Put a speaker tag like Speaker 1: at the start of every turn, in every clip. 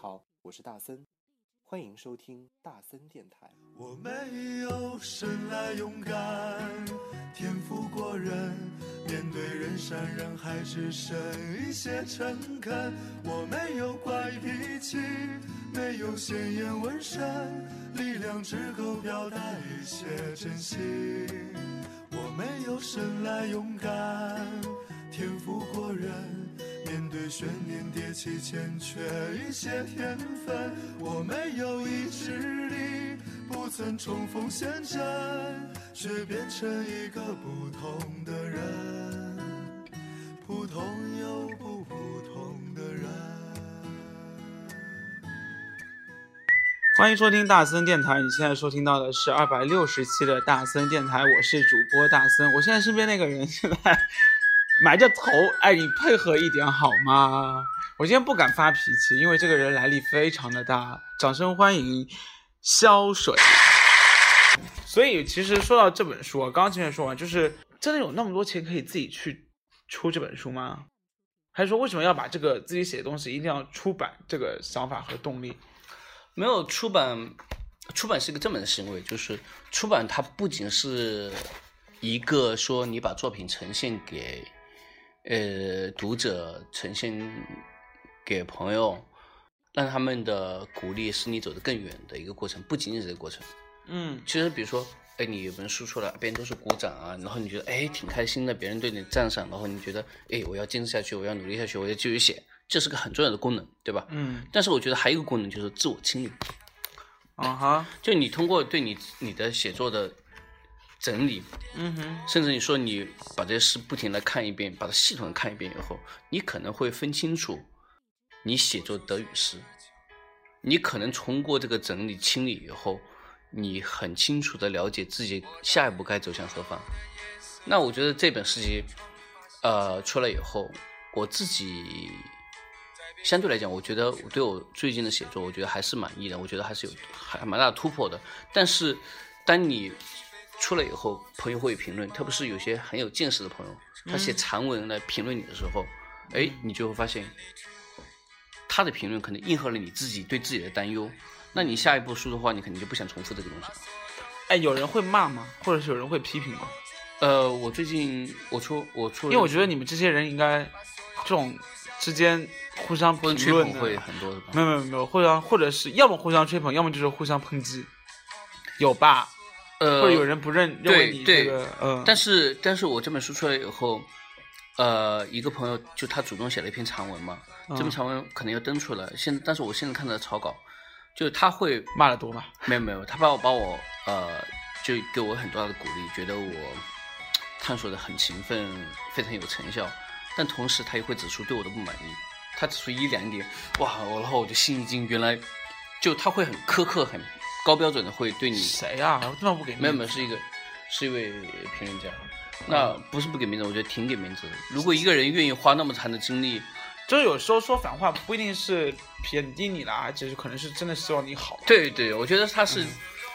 Speaker 1: 好，我是大森，欢迎收听大森电台。
Speaker 2: 我没有生来勇敢，天赋过人，面对人山人海只剩一些诚恳。我没有怪脾气，没有鲜艳纹身，力量只够表达一些真心。我没有生来勇敢，天赋过人。面对悬念迭起，欠缺一些天分。我没有意志力，不曾冲锋陷阵，却变成一个不同的人，普通又不普通的人。
Speaker 3: 欢迎收听大森电台，你现在收听到的是二百六十期的大森电台，我是主播大森。我现在身边那个人现在埋着头，哎，你配合一点好吗？我今天不敢发脾气，因为这个人来历非常的大。掌声欢迎潇水。所以其实说到这本书啊，刚刚前面说完，就是真的有那么多钱可以自己去出这本书吗？还是说为什么要把这个自己写的东西一定要出版这个想法和动力？
Speaker 4: 没有出版，出版是一个正面的行为，就是出版它不仅是一个说你把作品呈现给呃读者，呈现给朋友，让他们的鼓励使你走得更远的一个过程，不仅仅是这个过程。
Speaker 3: 嗯，
Speaker 4: 其实比如说，哎，你有本书出来，别人都是鼓掌啊，然后你觉得哎挺开心的，别人对你赞赏，然后你觉得哎我要坚持下去，我要努力下去，我要继续写，这是个很重要的功能，对吧？
Speaker 3: 嗯
Speaker 4: 但是我觉得还有一个功能就是自我清理，
Speaker 3: 啊哈，
Speaker 4: 就你通过对你你的写作的整理，
Speaker 3: 嗯哼，
Speaker 4: 甚至你说你把这些诗不停的看一遍，把它系统的看一遍以后，你可能会分清楚你写作得与失。你可能通过这个整理清理以后，你很清楚的了解自己下一步该走向何方。那我觉得这本诗集，呃，出来以后，我自己相对来讲，我觉得我对我最近的写作，我觉得还是满意的，我觉得还是有还蛮大的突破的。但是，当你出来以后，朋友会有评论，特别是有些很有见识的朋友，他
Speaker 3: 嗯
Speaker 4: 写长文来评论你的时候，哎、你就会发现，他的评论可能应和了你自己对自己的担忧。那你下一步书的话，你肯定就不想重复这个东西了。
Speaker 3: 哎，有人会骂吗？或者是有人会批评吗？
Speaker 4: 呃，我最近我出我出
Speaker 3: 因
Speaker 4: 了，
Speaker 3: 为我觉得你们这些人应该这种之间互相
Speaker 4: 或者
Speaker 3: 评
Speaker 4: 吹
Speaker 3: 论
Speaker 4: 捧
Speaker 3: 的，
Speaker 4: 会很多，是吧？
Speaker 3: 没有没有没有，互相或者是要么互相吹捧，要么就是互相抨击，有吧？
Speaker 4: 呃，
Speaker 3: 或者有人不认认为你这
Speaker 4: 对
Speaker 3: 个，嗯，
Speaker 4: 但是，但是我这本书出来以后，呃，一个朋友就他主动写了一篇长文嘛，这篇
Speaker 3: 嗯
Speaker 4: 长文可能要登出来。现但是我现在看到的草稿，就是他会
Speaker 3: 骂的多嘛？
Speaker 4: 没有没有，他把我把我呃，就给我很多大的鼓励，觉得我探索的很勤奋，非常有成效。但同时他也会指出对我的不满意，他指出一两点，哇，我然后我就心一惊，原来就他会很苛刻、很高标准的会对你
Speaker 3: 谁呀、我他妈不给面
Speaker 4: 嗯没
Speaker 3: 子
Speaker 4: 有没有，是一个是一位评论家，
Speaker 3: 嗯
Speaker 4: 那不是不给面子，我觉得挺给面子的。如果一个人愿意花那么长的精力，
Speaker 3: 就是有时候说反话不一定是贬低你啦，其实可能是真的希望你好。
Speaker 4: 对对，我觉得他是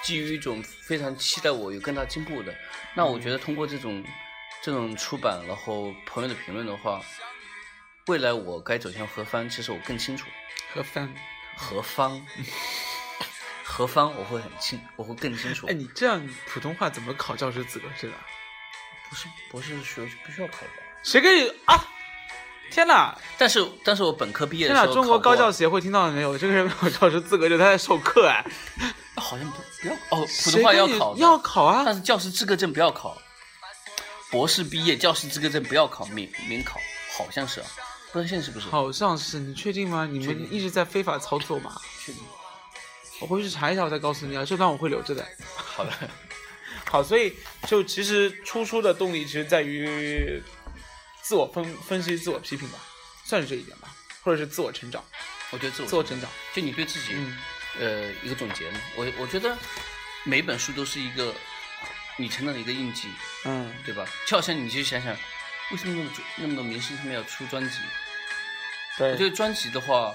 Speaker 4: 基于一种非常期待我有更大进步的。那我觉得通过这种这种出版，然后朋友的评论的话，未来我该走向何方，其实我更清楚。
Speaker 3: 和翻，
Speaker 4: 何方？ 何方？我会很清，我会更清楚。
Speaker 3: 哎，你这样普通话怎么考教师资格证啊？
Speaker 4: 不是博士学位不需要考的，
Speaker 3: 谁给你啊？天哪！
Speaker 4: 但是但是我本科毕业的
Speaker 3: 天
Speaker 4: 时
Speaker 3: 呐，
Speaker 4: 候考过，
Speaker 3: 中国高教协会听到了没有？这个人没有教师资格证，他在授课哎。
Speaker 4: 好像不不要哦，普通话
Speaker 3: 谁
Speaker 4: 要
Speaker 3: 跟你
Speaker 4: 考的
Speaker 3: 要考啊
Speaker 4: 但！是教师资格证不要考，博士毕业教师资格证不要考，免免考，好像是啊，不知道现在是不是？
Speaker 3: 好像是，你确定吗？你
Speaker 4: 确定
Speaker 3: 们一直在非法操作嘛？
Speaker 4: 确定，
Speaker 3: 我回去查一下，我再告诉你啊。这段我会留着的。
Speaker 4: 好的，
Speaker 3: 好，所以就其实出书的动力，其实在于自我分分析、自我批评吧，算是这一点吧，或者是自我成长、
Speaker 4: 我觉得自我
Speaker 3: 自我成长。
Speaker 4: 就你对自己、
Speaker 3: 嗯
Speaker 4: 呃一个总结嘛，我我觉得每本书都是一个你成长的一个印记，
Speaker 3: 嗯，
Speaker 4: 对吧？就好像你去想想，为什么那么多那么多明星他们要出专辑？我觉
Speaker 3: 对。
Speaker 4: 得专辑的话，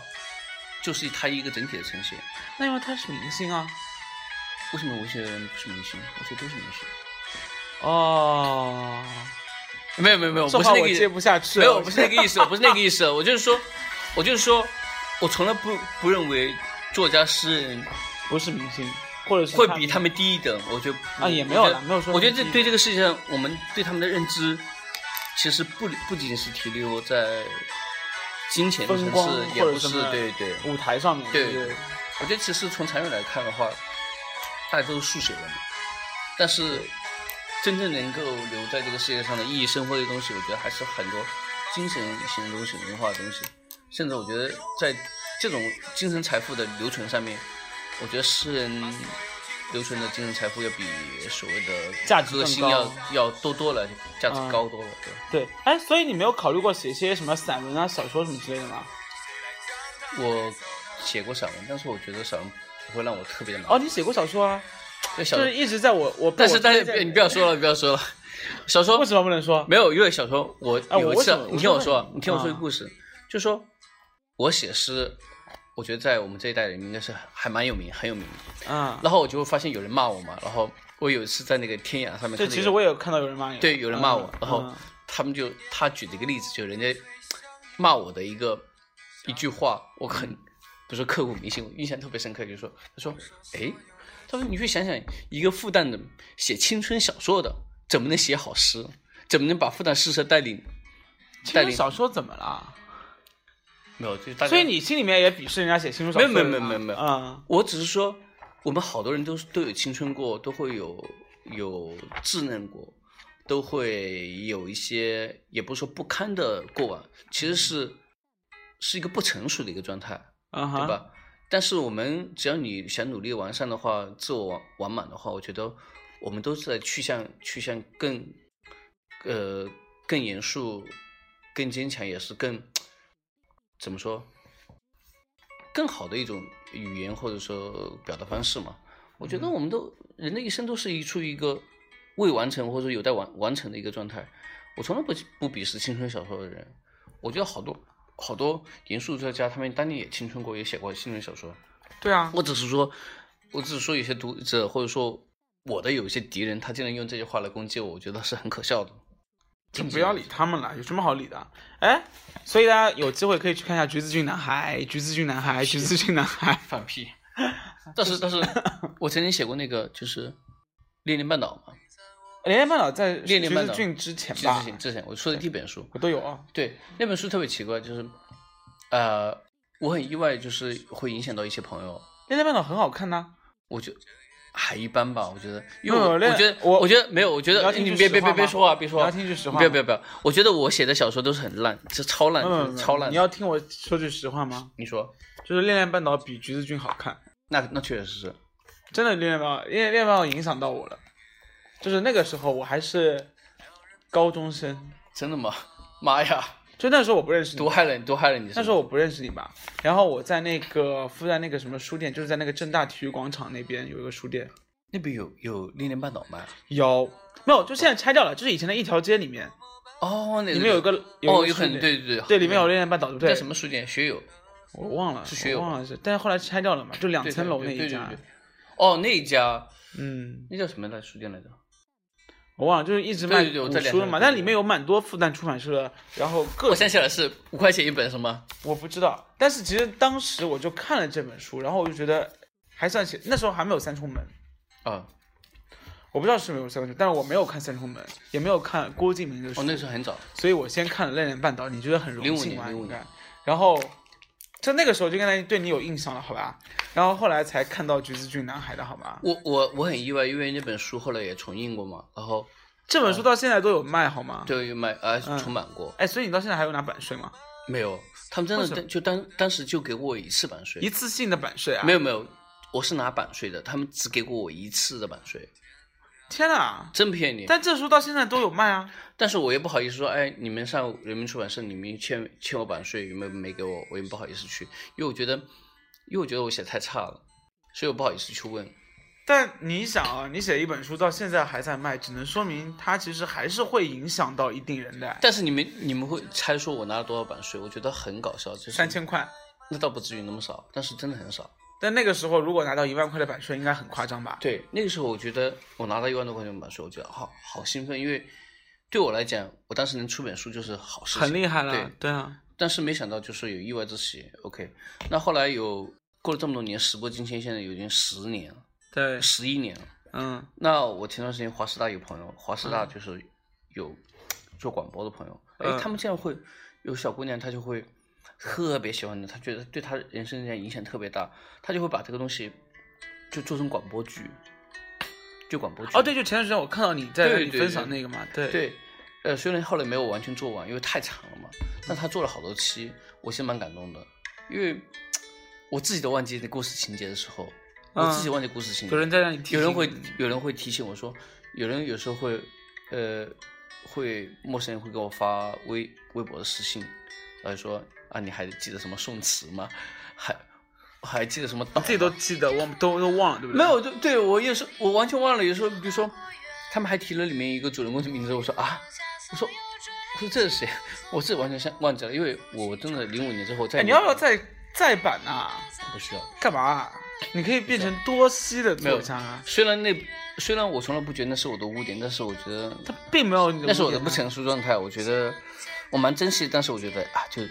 Speaker 4: 就是它一个整体的呈现。
Speaker 3: 那因为他是明星啊。
Speaker 4: 为什么我写的人不是明星？我写都是明星。
Speaker 3: 哦，
Speaker 4: 没有没有没有，
Speaker 3: 这
Speaker 4: 哦不是
Speaker 3: 话
Speaker 4: 那
Speaker 3: 我
Speaker 4: 个意
Speaker 3: 接不下去了。
Speaker 4: 没有，我不是那个意思，我不是那个意思，我就是说，我就是说，我从来不不认为作家诗人
Speaker 3: 不是明星，或者是
Speaker 4: 会比他们低一等，我觉得不
Speaker 3: 啊也没有
Speaker 4: 我
Speaker 3: 啦
Speaker 4: 觉得
Speaker 3: 没有说
Speaker 4: 我觉得
Speaker 3: 低
Speaker 4: 这对这个世界上，我们对他们的认知，其实不不仅是停留在金钱的
Speaker 3: 风
Speaker 4: 城
Speaker 3: 光
Speaker 4: 市，也
Speaker 3: 或
Speaker 4: 不
Speaker 3: 者什
Speaker 4: 是
Speaker 3: 么
Speaker 4: 对对。
Speaker 3: 舞台上面，
Speaker 4: 对
Speaker 3: 对
Speaker 4: 我觉得其实从长远来看的话，大家都是数学的嘛，但是真正能够留在这个世界上的意义生活的东西，我觉得还是很多精神型的东西、文化的东西，甚至我觉得在这种精神财富的留存上面，我觉得诗人留存的精神财富要比所谓的
Speaker 3: 价值
Speaker 4: 歌
Speaker 3: 更
Speaker 4: 星
Speaker 3: 高
Speaker 4: 要要多多了，价值
Speaker 3: 嗯
Speaker 4: 高多了，对。
Speaker 3: 对，哎，所以你没有考虑过写些什么散文啊、小说什么之类的吗？
Speaker 4: 我写过散文，但是我觉得散文不会让我特别的
Speaker 3: 哦，
Speaker 4: 满意。
Speaker 3: 你写过小说啊，
Speaker 4: 这小
Speaker 3: 就
Speaker 4: 说
Speaker 3: 是一直在我我，
Speaker 4: 但是
Speaker 3: 我
Speaker 4: 但是
Speaker 3: 推
Speaker 4: 不
Speaker 3: 荐
Speaker 4: 要你不要说了，不要说了。 小说
Speaker 3: 为什么不能说？
Speaker 4: 没有，因为小说我
Speaker 3: 哎我
Speaker 4: 有一
Speaker 3: 为
Speaker 4: 次
Speaker 3: 什么，
Speaker 4: 你听我说
Speaker 3: 我就
Speaker 4: 啊
Speaker 3: 问，你
Speaker 4: 你听我说一
Speaker 3: 啊
Speaker 4: 个故事，就说我写诗，我觉得在我们这一代人应该是还蛮有名，很有名。
Speaker 3: 嗯，
Speaker 4: 然后我就会发现有人骂我嘛，然后我有一次在那个天涯上面看到有
Speaker 3: 对，
Speaker 4: 人，
Speaker 3: 其实我也有看到有人骂你，
Speaker 4: 对有人骂我
Speaker 3: 嗯
Speaker 4: 然后
Speaker 3: 嗯
Speaker 4: 他们就他举了一个例子，就人家骂我的一个一句话，我很
Speaker 3: 嗯
Speaker 4: 不是说刻骨铭心，我印象特别深刻，就是说他说哎，他说你去想想，一个复旦的写青春小说的，怎么能写好诗？怎么能把复旦诗社带领？
Speaker 3: 青
Speaker 4: 带
Speaker 3: 春
Speaker 4: 领
Speaker 3: 小说怎么了？啊
Speaker 4: 没有，就是大家
Speaker 3: 所以你心里面也鄙视人家写青春小说的人吗？
Speaker 4: 没有没有没有没有
Speaker 3: 嗯，
Speaker 4: 我只是说，我们好多人都是都有青春过，都会有有稚嫩过，都会有一些，也不是说不堪的过往，其实是是一个不成熟的一个状态，
Speaker 3: 嗯
Speaker 4: 对
Speaker 3: 哼，
Speaker 4: 吧？啊但是我们只要你想努力完善的话，自我完完满的话，我觉得我们都是在去向去向更呃更严肃、更坚强，也是更怎么说更好的一种语言或者说表达方式嘛。我觉得我们都、人的一生都是一处于一个未完成或者有待完完成的一个状态。我从来不不鄙视青春小说的人，我觉得好多好多严肃作家，他们当年也青春过，也写过青春小说。
Speaker 3: 对啊，
Speaker 4: 我只是说，我只是说有些读者或者说我的有一些敌人，他竟然用这些话来攻击我，我觉得是很可笑的。嗯
Speaker 3: 就不要理他们了，有什么好理的？哎，所以大家有机会可以去看一下《橘子郡男孩》，《橘子郡男孩》，《橘子郡男孩》。
Speaker 4: 放屁！但是但是，我曾经写过那个就是《恋恋半岛》嘛，
Speaker 3: 连连半岛在
Speaker 4: 恋
Speaker 3: 橘
Speaker 4: 恋半
Speaker 3: 子
Speaker 4: 岛
Speaker 3: 郡之前
Speaker 4: 之
Speaker 3: 吧，
Speaker 4: 前之前我说的第一本书，
Speaker 3: 我都有啊。
Speaker 4: 对那本书特别奇怪，就是呃，我很意外，就是会影响到一些朋友，
Speaker 3: 连连半岛很好看呐、
Speaker 4: 我觉还一般吧，我觉得，因
Speaker 3: 没
Speaker 4: 为
Speaker 3: 有
Speaker 4: 我
Speaker 3: 恋
Speaker 4: 我觉得
Speaker 3: 我
Speaker 4: 我觉得没有，我觉
Speaker 3: 你要
Speaker 4: 得
Speaker 3: 听
Speaker 4: 你
Speaker 3: 句
Speaker 4: 别
Speaker 3: 实
Speaker 4: 别
Speaker 3: 话
Speaker 4: 别别
Speaker 3: 吗
Speaker 4: 说话，啊别说
Speaker 3: 你
Speaker 4: 话，
Speaker 3: 要听句实话
Speaker 4: 不要
Speaker 3: 吗
Speaker 4: 不要不要，我觉得我写的小说都是很烂，这超烂
Speaker 3: 没有没有没有
Speaker 4: 的，超烂的。
Speaker 3: 嗯你要听我说句实话吗？
Speaker 4: 你说，
Speaker 3: 就是《恋恋半岛》比《橘子郡》好看，
Speaker 4: 那那确实是，
Speaker 3: 真的，《恋恋半岛》《恋恋半岛》影响到我了。就是那个时候我还是高中生，
Speaker 4: 真的吗？ 妈呀，
Speaker 3: 就那时候我不认识你
Speaker 4: 毒，害了你，毒害了你！
Speaker 3: 那时候我不认识你吧。然后我在那个附在那个什么书店，就是在那个正大体育广场那边有一个书店，
Speaker 4: 那边有有恋恋半岛吗？
Speaker 3: 有没有？就现在拆掉了，就是以前的一条街里面，
Speaker 4: 哦，那
Speaker 3: 里面有一个
Speaker 4: 哦，
Speaker 3: 一
Speaker 4: 有
Speaker 3: 个书
Speaker 4: 可能
Speaker 3: 店
Speaker 4: 对对对
Speaker 3: 对，里面有恋恋半岛，对不对？
Speaker 4: 在什么书店？学友
Speaker 3: 我忘了，
Speaker 4: 是学
Speaker 3: 我
Speaker 4: 友
Speaker 3: 忘了是，但是后来拆掉了嘛，就两
Speaker 4: 对
Speaker 3: 层
Speaker 4: 对
Speaker 3: 楼
Speaker 4: 对
Speaker 3: 那一
Speaker 4: 对对
Speaker 3: 家
Speaker 4: 对，哦，那一家
Speaker 3: 嗯，
Speaker 4: 那叫什么来书店来着？
Speaker 3: 我忘了，就是一直卖
Speaker 4: 对对对我
Speaker 3: 古
Speaker 4: 在两
Speaker 3: 书的
Speaker 4: 层
Speaker 3: 嘛，
Speaker 4: 楼
Speaker 3: 但
Speaker 4: 对
Speaker 3: 里面有蛮多复旦出版社的，然后各
Speaker 4: 我想起来是五块钱一本是吗？
Speaker 3: 我不知道，但是其实当时我就看了这本书，然后我就觉得还算写，那时候还没有三重门，
Speaker 4: 啊，
Speaker 3: 我不知道是没有三重门，但是我没有看三重门，也没有看郭敬明的书，
Speaker 4: 哦，那时候很早，
Speaker 3: 所以我先看了《恋恋半岛》，你觉得很荣
Speaker 4: 05
Speaker 3: 幸
Speaker 4: 年
Speaker 3: 吗？
Speaker 4: 05
Speaker 3: 应
Speaker 4: 年
Speaker 3: 该。然后，就那个时候就跟他对你有印象了，好吧？然后后来才看到《橘子郡男孩》的好吧？
Speaker 4: 我我我很意外，因为那本书后来也重印过嘛，然后
Speaker 3: 这本书到现在都有卖好吗？。
Speaker 4: 对又卖啊
Speaker 3: 嗯
Speaker 4: 重版过，
Speaker 3: 哎，所以你到现在还有拿版税吗？
Speaker 4: 没有，他们真
Speaker 3: 为什
Speaker 4: 的
Speaker 3: 么
Speaker 4: 当就当当时就给我一次版税
Speaker 3: 一，次性的版税啊？
Speaker 4: 没
Speaker 3: 有。
Speaker 4: 有没有，我是拿版税的，他们只给过我一次的版税，
Speaker 3: 天哪！
Speaker 4: 真骗你。
Speaker 3: 但这书到现在都有卖啊！
Speaker 4: 但是我也不好意思说，哎，你们上人民出版社，你们欠欠我版税，有没有没给我？我也不好意思去，因为我觉得，因为我觉得我写得太差了，所以我不好意思去问。
Speaker 3: 但你想啊，你写一本书到现在还在卖，只能说明它其实还是会影响到一定人的。
Speaker 4: 但是你们你们会猜说我拿了多少版税？我觉得很搞笑，就是
Speaker 3: 三，千块，
Speaker 4: 那倒不至于那么少，但是真的很少。
Speaker 3: 但那个时候如果拿到一万块的版税，应该很夸张吧？
Speaker 4: 对，那个时候我觉得我拿到一万多块钱版税，我觉得好好兴奋，因为对我来讲，我当时能出本书就是好事情，
Speaker 3: 很厉害了
Speaker 4: 对，
Speaker 3: 对啊。
Speaker 4: 但是没想到就是有意外之喜。OK，那后来有过了这么多年，时过境迁，现在已经十年、
Speaker 3: 对，
Speaker 4: 十一年了。
Speaker 3: 嗯
Speaker 4: 那我前段时间华师大有朋友，华师大就是有做广播的朋友，哎、
Speaker 3: 嗯
Speaker 4: 他们这样会有小姑娘，她就会特别喜欢的，她觉得对她人生这样影响特别大，她就会把这个东西就做成广播剧，就广播剧。
Speaker 3: 哦，对，就前段时间我看到你在
Speaker 4: 对
Speaker 3: 你
Speaker 4: 对
Speaker 3: 分享
Speaker 4: 对
Speaker 3: 那个嘛，对
Speaker 4: 对，呃，虽然后来没有完全做完，因为太长了嘛，但他做了好多期，我其实蛮感动的，因为我自己都忘记那故事情节的时候，我自己
Speaker 3: 嗯
Speaker 4: 忘记故事情节，
Speaker 3: 有人在让你提
Speaker 4: 有人
Speaker 3: 醒
Speaker 4: 会
Speaker 3: 你
Speaker 4: 有人会提醒我说，有人有时候会，呃，会陌生人会给我发微微博的私信，然后说啊，你还记得什么宋词吗？还还记得什么岛吗？
Speaker 3: 自己都记得，忘都都忘了，对不哎
Speaker 4: 没
Speaker 3: 对？
Speaker 4: 有，就对我也是，我完全忘了。有时候比如说，他们还提了里面一个主人公的名字，我说啊，我说我说这是谁？我自己完全想忘记了，因为我真的零五年之后再
Speaker 3: 哎，
Speaker 4: 也
Speaker 3: 你
Speaker 4: 没、
Speaker 3: 要不要再再版啊？
Speaker 4: 不需要。
Speaker 3: 干嘛啊？你可以变成多栖的
Speaker 4: 没有
Speaker 3: 作家啊，
Speaker 4: 虽然那虽然我从来不觉得那是我的污点，但是我觉得
Speaker 3: 他并没有你的
Speaker 4: 那是我
Speaker 3: 污
Speaker 4: 的
Speaker 3: 点啊
Speaker 4: 不成熟状态，我觉得我蛮珍惜，但是我觉得啊，就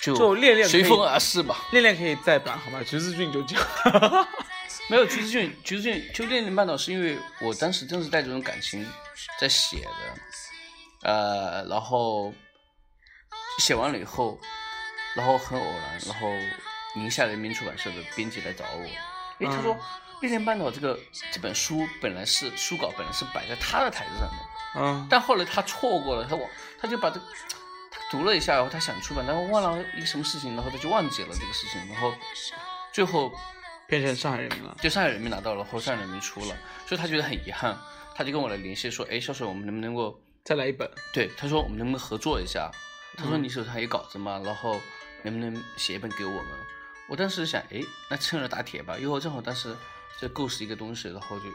Speaker 4: 就
Speaker 3: 就练练
Speaker 4: 随
Speaker 3: 可以
Speaker 4: 风而逝吧。
Speaker 3: 啊恋恋可以再版好吧？橘子俊就这样，
Speaker 4: 没有橘子俊，橘子俊就恋恋半岛是因为我当时真是带着这种感情在写的，呃，然后写完了以后，然后很偶然，然后宁夏人民出版社的编辑来找我，诶，他说《恋恋半岛》这个这本书本来是书稿本来是摆在他的台子上的，
Speaker 3: 嗯，
Speaker 4: 但后来他错过了，他忘，他就把这个，他读了一下，然后他想出版，然后忘了一个什么事情，然后他就忘记了这个事情，然后最后
Speaker 3: 变成上海人民了。
Speaker 4: 就上海人民拿到了，后上海人民出了，所以他觉得很遗憾，他就跟我来联系说，哎，小水，我们能不能够，
Speaker 3: 再来一本，
Speaker 4: 对，他说我们能不能合作一下？他说你手上有稿子吗？然后能不能写一本给我们？我当时想，哎，那趁热打铁吧，因为我正好当时在构思一个东西，然后就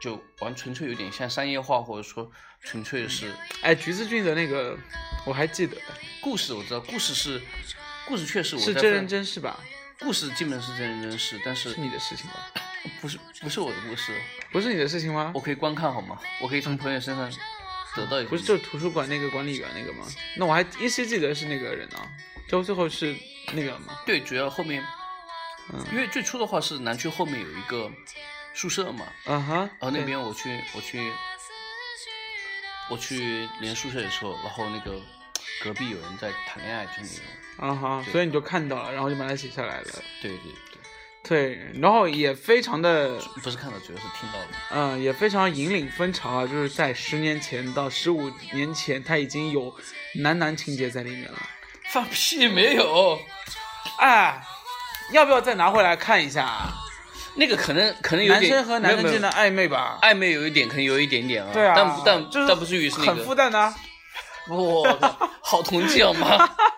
Speaker 4: 就完纯粹有点像商业化，或者说纯粹是。
Speaker 3: 哎，橘子俊的那个我还记得，
Speaker 4: 故事我知道，故事是故事，确实我
Speaker 3: 是
Speaker 4: 在
Speaker 3: 真
Speaker 4: 翻
Speaker 3: 人真事吧？
Speaker 4: 故事基本是真人真事，但是
Speaker 3: 是你的事情吧？
Speaker 4: 不是不是我的故事，
Speaker 3: 不是你的事情吗
Speaker 4: 我？可以观看好吗？我可以从朋友身上得到一些
Speaker 3: 哦不是就是图书馆那个管理员那个吗？那我还依稀记得是那个人啊，就最后是那个吗？
Speaker 4: 对，主要后面，
Speaker 3: 嗯
Speaker 4: 因为最初的话是南区后面有一个宿舍嘛，
Speaker 3: 嗯哼，
Speaker 4: 然后那
Speaker 3: 对
Speaker 4: 边我去我去我去连宿舍的时候，然后那个隔壁有人在谈恋爱，就那种，
Speaker 3: 嗯哼，
Speaker 4: 对
Speaker 3: 所以你就看到了，然后就把它写下来了。
Speaker 4: 对对对，
Speaker 3: 对，然后也非常的，
Speaker 4: 不是看到，主要是听到了，
Speaker 3: 嗯，也非常引领风潮啊，就是在十年前到十五年前，它已经有男男情节在里面了。
Speaker 4: 放屁没有。
Speaker 3: 哎，要不要再拿回来看一下啊？
Speaker 4: 那个可能可能有
Speaker 3: 男
Speaker 4: 点
Speaker 3: 生和男
Speaker 4: 没有
Speaker 3: 生
Speaker 4: 没有
Speaker 3: 之间的暧昧吧？
Speaker 4: 暧昧有一点，可能有一点点啊。
Speaker 3: 哎对啊，
Speaker 4: 但但
Speaker 3: 就是
Speaker 4: 但不至于是那
Speaker 3: 很
Speaker 4: 个
Speaker 3: 复。旦的啊。
Speaker 4: 哇，好同济好吗？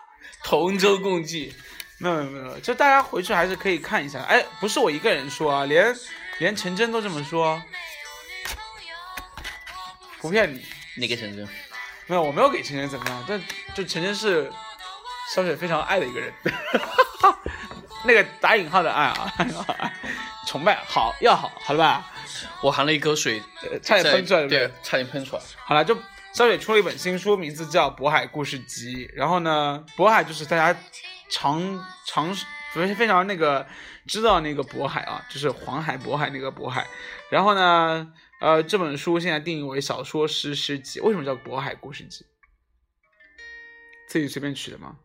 Speaker 4: 同舟共济。
Speaker 3: 没有没有没有，就大家回去还是可以看一下。哎，不是我一个人说啊，连连陈真都这么说，不骗你。
Speaker 4: 哪个城镇？
Speaker 3: 没有，我没有给陈真怎么样，但就陈真是小雪非常爱的一个人， 那个打引号的爱啊， 崇拜，好要好，好了吧，
Speaker 4: 我含了一口水，
Speaker 3: 呃差点
Speaker 4: 在
Speaker 3: 喷出来了。
Speaker 4: 对，差点喷出来。
Speaker 3: 好了，就小雪出了一本新书，名字叫《渤海故事集》。然后呢，渤海就是大家常常不是非常那个知道那个渤海啊，就是黄海、渤海那个渤海。然后呢，呃，这本书现在定义为小说诗诗集。为什么叫《渤海故事集》？自己随便取的吗？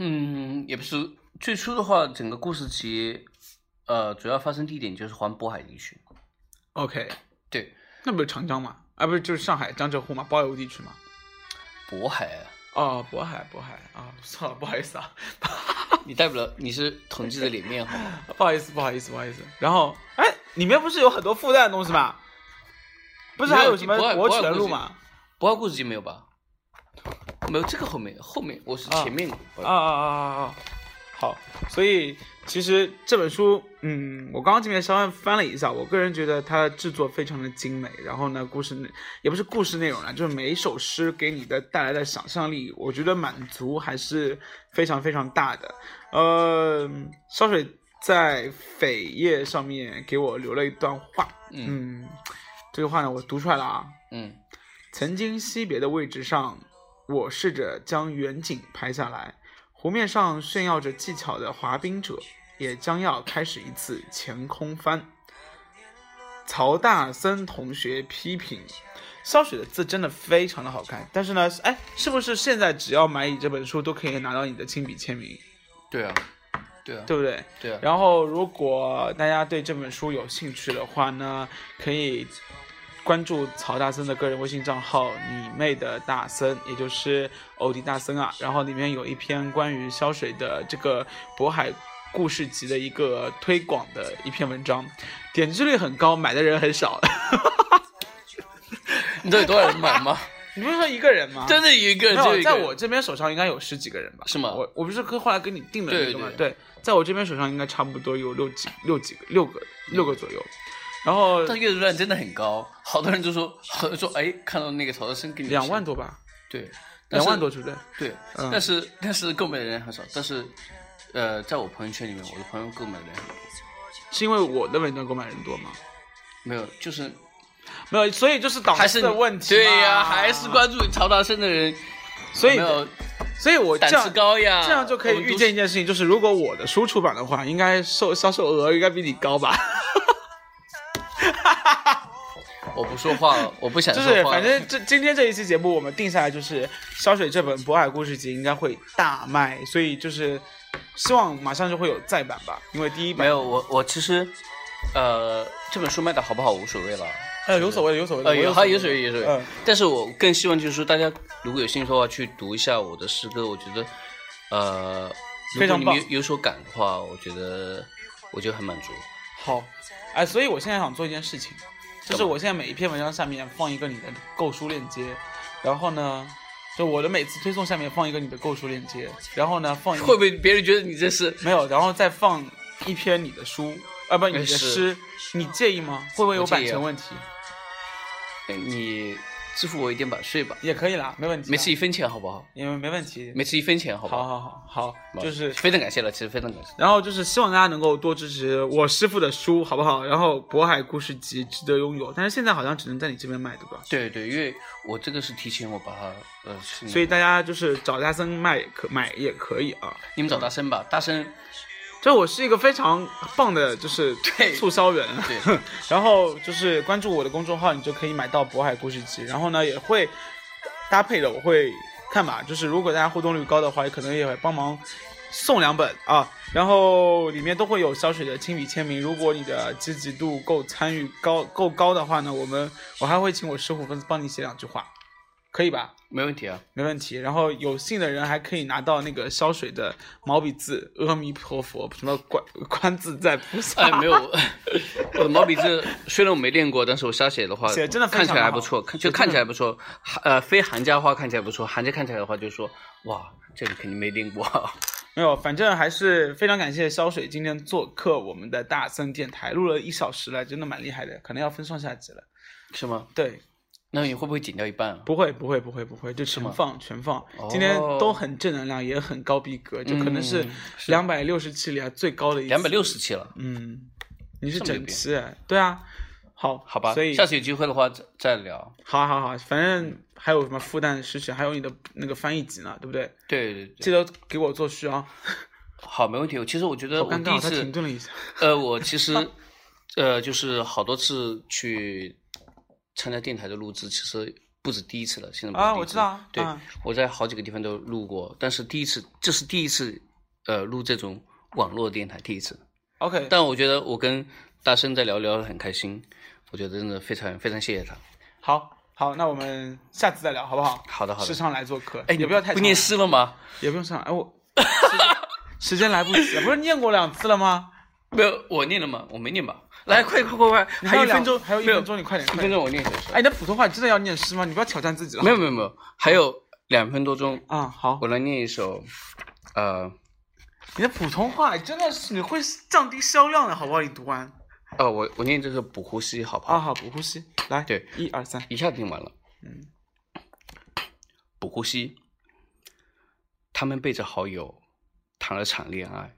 Speaker 4: 嗯，也不是。最初的话，整个故事集，呃，主要发生地点就是环渤海地区。
Speaker 3: ？OK，
Speaker 4: 对，
Speaker 3: 那不是长江吗？啊，不是，就是上海江浙沪嘛，包邮地区嘛。
Speaker 4: 渤海 啊，
Speaker 3: 哦，渤海，渤海啊，算了，不好意思啊，
Speaker 4: 你带不了，你是同济的脸面好吗？
Speaker 3: 不好意思，不好意思，不好意思。然后，哎，里面不是有很多附带的东西吗？不是还有什么
Speaker 4: 没有
Speaker 3: 国权路吗？
Speaker 4: 渤海故事集没有吧？没有，这个后面后面我是
Speaker 3: 啊
Speaker 4: 前面
Speaker 3: 啊啊啊啊！啊！好，所以其实这本书，嗯，我刚刚这边稍微翻了一下，我个人觉得它制作非常的精美。然后呢，故事内也不是故事内容啦，啊就是每一首诗给你的带来的想象力，我觉得满足还是非常非常大的。呃，烧水在扉页上面给我留了一段话，嗯嗯，这个话呢，我读出来了啊。
Speaker 4: 嗯
Speaker 3: 曾经惜别的位置上，我试着将远景拍下来。湖面上炫耀着技巧的滑冰者，也将要开始一次前空翻。曹大森同学批评：肖雪的字真的非常的好看，但是呢，哎，是不是现在只要买你这本书都可以拿到你的亲笔签名，
Speaker 4: 对啊，对啊，
Speaker 3: 对不对？
Speaker 4: 对啊，
Speaker 3: 然后，如果大家对这本书有兴趣的话呢，可以关注曹大森的个人微信账号“你妹的大森”，也就是欧迪大森啊。然后里面有一篇关于萧水的这个渤海故事集的一个推广的一篇文章，点击率很高，买的人很少。
Speaker 4: 你知道有多少人买吗？
Speaker 3: 你不是说一个人吗？
Speaker 4: 真的有一 个人
Speaker 3: 没
Speaker 4: 就
Speaker 3: 有，
Speaker 4: 一个
Speaker 3: 在
Speaker 4: 人，
Speaker 3: 我这边手上应该有十几个人吧？
Speaker 4: 是吗
Speaker 3: 我我不是跟后来跟你定了一个嘛？
Speaker 4: 对
Speaker 3: 对，在我这边手上应该差不多有六几六几个六个六个左右。然后
Speaker 4: 但阅读量真的很高，好多人就说，好多人说，哎，看到那个曹德生给你
Speaker 3: 两万
Speaker 4: 钱，
Speaker 3: 多吧，
Speaker 4: 对，但
Speaker 3: 两
Speaker 4: 是
Speaker 3: 万多，对不对？
Speaker 4: 对，
Speaker 3: 嗯
Speaker 4: 但是但是购买的人很少，但是，呃，在我朋友圈里面，我的朋友购买的人很多
Speaker 3: 是因为我的文章购买人多吗？
Speaker 4: 没有，就是
Speaker 3: 没有，所以就是档
Speaker 4: 还是
Speaker 3: 次的哦问题嘛。
Speaker 4: 对呀、还是关注曹达生的人，
Speaker 3: 所以
Speaker 4: 有没有
Speaker 3: 所以我这
Speaker 4: 胆
Speaker 3: 样
Speaker 4: 子高呀，
Speaker 3: 这样就可以预见一件事情，就是如果我的书出版的话，应该售销售额应该比你高吧？
Speaker 4: 我不说话了，我 不 想
Speaker 3: 就
Speaker 4: 说
Speaker 3: 是
Speaker 4: 话了，
Speaker 3: 反正这今天这一期节目我们定下来就是肖水这本《渤海故事集》应该会大卖，所以就是希望马上就会有再版吧，因为第一版
Speaker 4: 没有我我其实，呃，这本书卖的好不好无所谓了。
Speaker 3: 呃有所谓的有所谓的，
Speaker 4: 呃，
Speaker 3: 我
Speaker 4: 有
Speaker 3: 所
Speaker 4: 还
Speaker 3: 谓
Speaker 4: 有
Speaker 3: 的
Speaker 4: 水有水，
Speaker 3: 嗯
Speaker 4: 但是我更希望就是说，大家如果有兴趣的话，去读一下我的诗歌，我觉得，呃，如
Speaker 3: 非
Speaker 4: 果
Speaker 3: 常
Speaker 4: 你们
Speaker 3: 棒
Speaker 4: 有有所感的话，我觉得 我就很满足。
Speaker 3: 好，哎，所以我现在想做一件事情，就是我现在每一篇文章下面放一个你的购书链接，然后呢，就我的每次推送下面放一个你的购书链接，然后呢放一
Speaker 4: 会
Speaker 3: 个
Speaker 4: 不会别人觉得你这是
Speaker 3: 没有，然后再放一篇你的书，啊不你的
Speaker 4: 是
Speaker 3: 诗，你介意吗？会不会有
Speaker 4: 我介
Speaker 3: 版
Speaker 4: 意啊
Speaker 3: 权问题？
Speaker 4: 呃你支付我一点版税吧？
Speaker 3: 也可以啦，没问题，
Speaker 4: 每次一，分钱好不好？
Speaker 3: 因为没问题，
Speaker 4: 每次一分钱好不
Speaker 3: 好
Speaker 4: 好？
Speaker 3: 好好好，就是
Speaker 4: 非常感谢了，其实非常感谢。
Speaker 3: 然后就是希望大家能够多支持我师傅的书，好不好？然后《渤海故事集》值得拥有，但是现在好像只能在你这边买，对吧？
Speaker 4: 对对，因为我这个是提前我把它呃，是那
Speaker 3: 所以
Speaker 4: 个
Speaker 3: 大家就是找大森卖也可买也可以啊。
Speaker 4: 你们找大生吧，大生
Speaker 3: 这我是一个非常棒的，就是
Speaker 4: 对
Speaker 3: 促销员。
Speaker 4: 对
Speaker 3: 然后就是关注我的公众号，你就可以买到《渤海故事集》，然后呢也会搭配的，我会看吧。就是如果大家互动率高的话，也可能也会帮忙送两本啊。然后里面都会有小水的亲笔签名。如果你的积极度够参与高够高的话呢，我们我还会请我师傅帮帮你写两句话，可以吧？
Speaker 4: 没问题啊。
Speaker 3: 没问题。然后有幸的人还可以拿到那个烧水的毛笔字呃“阿弥陀佛”，什么 观观自在菩萨。
Speaker 4: 哎，没有，我的毛笔字虽然我没练过，但是我瞎写的话，
Speaker 3: 写得真的非常
Speaker 4: 看起来还
Speaker 3: 好
Speaker 4: 不错，看
Speaker 3: 写
Speaker 4: 就
Speaker 3: 得
Speaker 4: 看
Speaker 3: 真
Speaker 4: 起
Speaker 3: 的
Speaker 4: 来不错。韩呃，非韩家话看起来不错，韩家看起来的话就说，哇，这个肯定没练过。
Speaker 3: 没有，反正还是非常感谢肖水今天做客我们的大森电台，录了一小时了，真的蛮厉害的，可能要分上下集了。
Speaker 4: 是吗？
Speaker 3: 对，
Speaker 4: 那你会不会剪掉一半啊？
Speaker 3: 不会，不会，不会，不会，就全放全放
Speaker 4: 哦。
Speaker 3: 今天都很正能量，也很高逼格，就可能是
Speaker 4: 嗯是
Speaker 3: 两百六十期里啊最高的一次。
Speaker 4: 两百六十期了，
Speaker 3: 嗯，你是
Speaker 4: 这么牛
Speaker 3: 整
Speaker 4: 逼
Speaker 3: 期哎，对啊，好，
Speaker 4: 好吧
Speaker 3: 所以，
Speaker 4: 下次有机会的话再再聊。
Speaker 3: 好好好，反正还有什么复旦诗选，还有你的那个翻译集呢，对不对？
Speaker 4: 对对
Speaker 3: 记
Speaker 4: 对，
Speaker 3: 得给我做序啊。
Speaker 4: 好，没问题。其实我觉得
Speaker 3: 好
Speaker 4: 我
Speaker 3: 尴
Speaker 4: 第一
Speaker 3: 尬，他停
Speaker 4: 次，
Speaker 3: 顿了一下。
Speaker 4: 呃，我其实，呃，就是好多次去参加电台的录制，其实不止第一次了。现在不是
Speaker 3: 啊
Speaker 4: 第一
Speaker 3: 我
Speaker 4: 次
Speaker 3: 知道啊
Speaker 4: 对
Speaker 3: 嗯，
Speaker 4: 我在好几个地方都录过，但是第一次，这是第一次，呃，录这种网络电台，第一次。
Speaker 3: OK，
Speaker 4: 但我觉得我跟大生在聊聊得很开心，我觉得真的非常非常谢谢他。
Speaker 3: 好好，那我们下次再聊，好不好？
Speaker 4: 好的好的
Speaker 3: 时常来做客，
Speaker 4: 哎，
Speaker 3: 也不要太
Speaker 4: 不
Speaker 3: 长啊了
Speaker 4: 念诗了吗？
Speaker 3: 也不用上。哎，我时间时间来不及了，不是念过两次了吗？
Speaker 4: 没有，我念了吗？我没念吧？来，快快快快，
Speaker 3: 你
Speaker 4: 还有一
Speaker 3: 两
Speaker 4: 分钟，
Speaker 3: 还有一
Speaker 4: 没
Speaker 3: 分钟，你快点，
Speaker 4: 一
Speaker 3: 快
Speaker 4: 分
Speaker 3: 点。
Speaker 4: 钟我念一首诗。
Speaker 3: 哎，你的普通话真的要念诗吗？你不要挑战自己了。
Speaker 4: 没有没有没有，还有两分多钟，
Speaker 3: 啊，好
Speaker 4: 我，来念一首，呃，
Speaker 3: 你的普通话真的是你会降低销量的，好不好？你读完
Speaker 4: 哦，我我念这首《捕呼吸》，好不好？
Speaker 3: 啊，好，不呼吸，来，
Speaker 4: 对，
Speaker 3: 一二三，嗯
Speaker 4: 一下听完了。不呼吸。他们背着好友谈了场恋爱，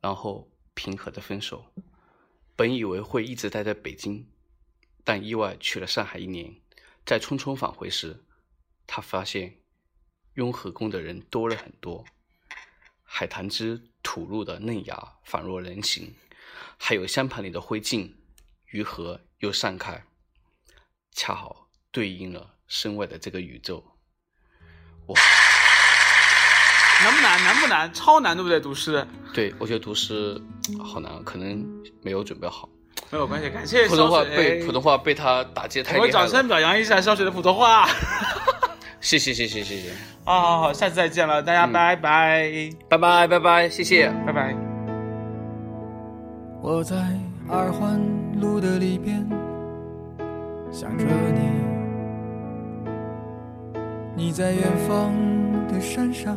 Speaker 4: 然后平和的分手。本以为会一直待在北京，但意外去了上海一年。在匆匆返回时，他发现雍和宫的人多了很多。海棠枝吐露的嫩芽仿若人形，还有香盘里的灰烬，于河又散开，恰好对应了身外的这个宇宙。
Speaker 3: 难不难？难不难？超难，对不对？读诗
Speaker 4: 对我觉得读诗好难，啊可能没有准备好。
Speaker 3: 没有关系，感谢
Speaker 4: 普通话
Speaker 3: 烧水
Speaker 4: 被普通话被他打击太
Speaker 3: 我们
Speaker 4: 厉害
Speaker 3: 掌
Speaker 4: 了
Speaker 3: 声。表扬一下烧水的普通话。
Speaker 4: 谢谢谢谢谢谢，
Speaker 3: 好好好，下次再见了，大家
Speaker 4: 嗯
Speaker 3: 拜拜，
Speaker 4: 拜拜拜拜，谢谢。
Speaker 3: 拜拜。
Speaker 2: 我在二环路的里边想着你，你在远方的山上，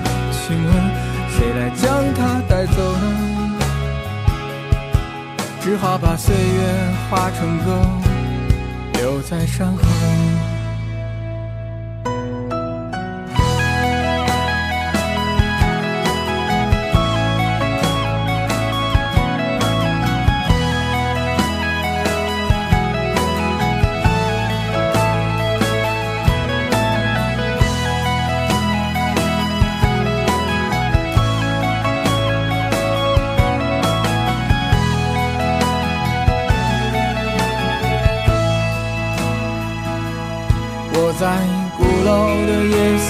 Speaker 2: 请问谁来将它带走呢？只好把岁月化成歌，留在山后。我在鼓楼的夜色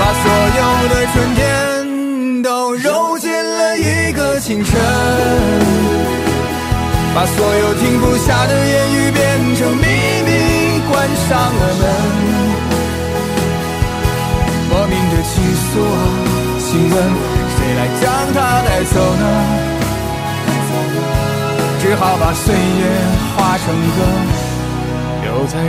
Speaker 2: 把所有的春天都揉进了一个清晨，把所有停不下的言语变成秘密，关上了门。莫名的情愫啊，请问谁来将它带走呢？只好把岁月化成歌，留在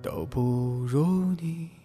Speaker 2: 都不如你。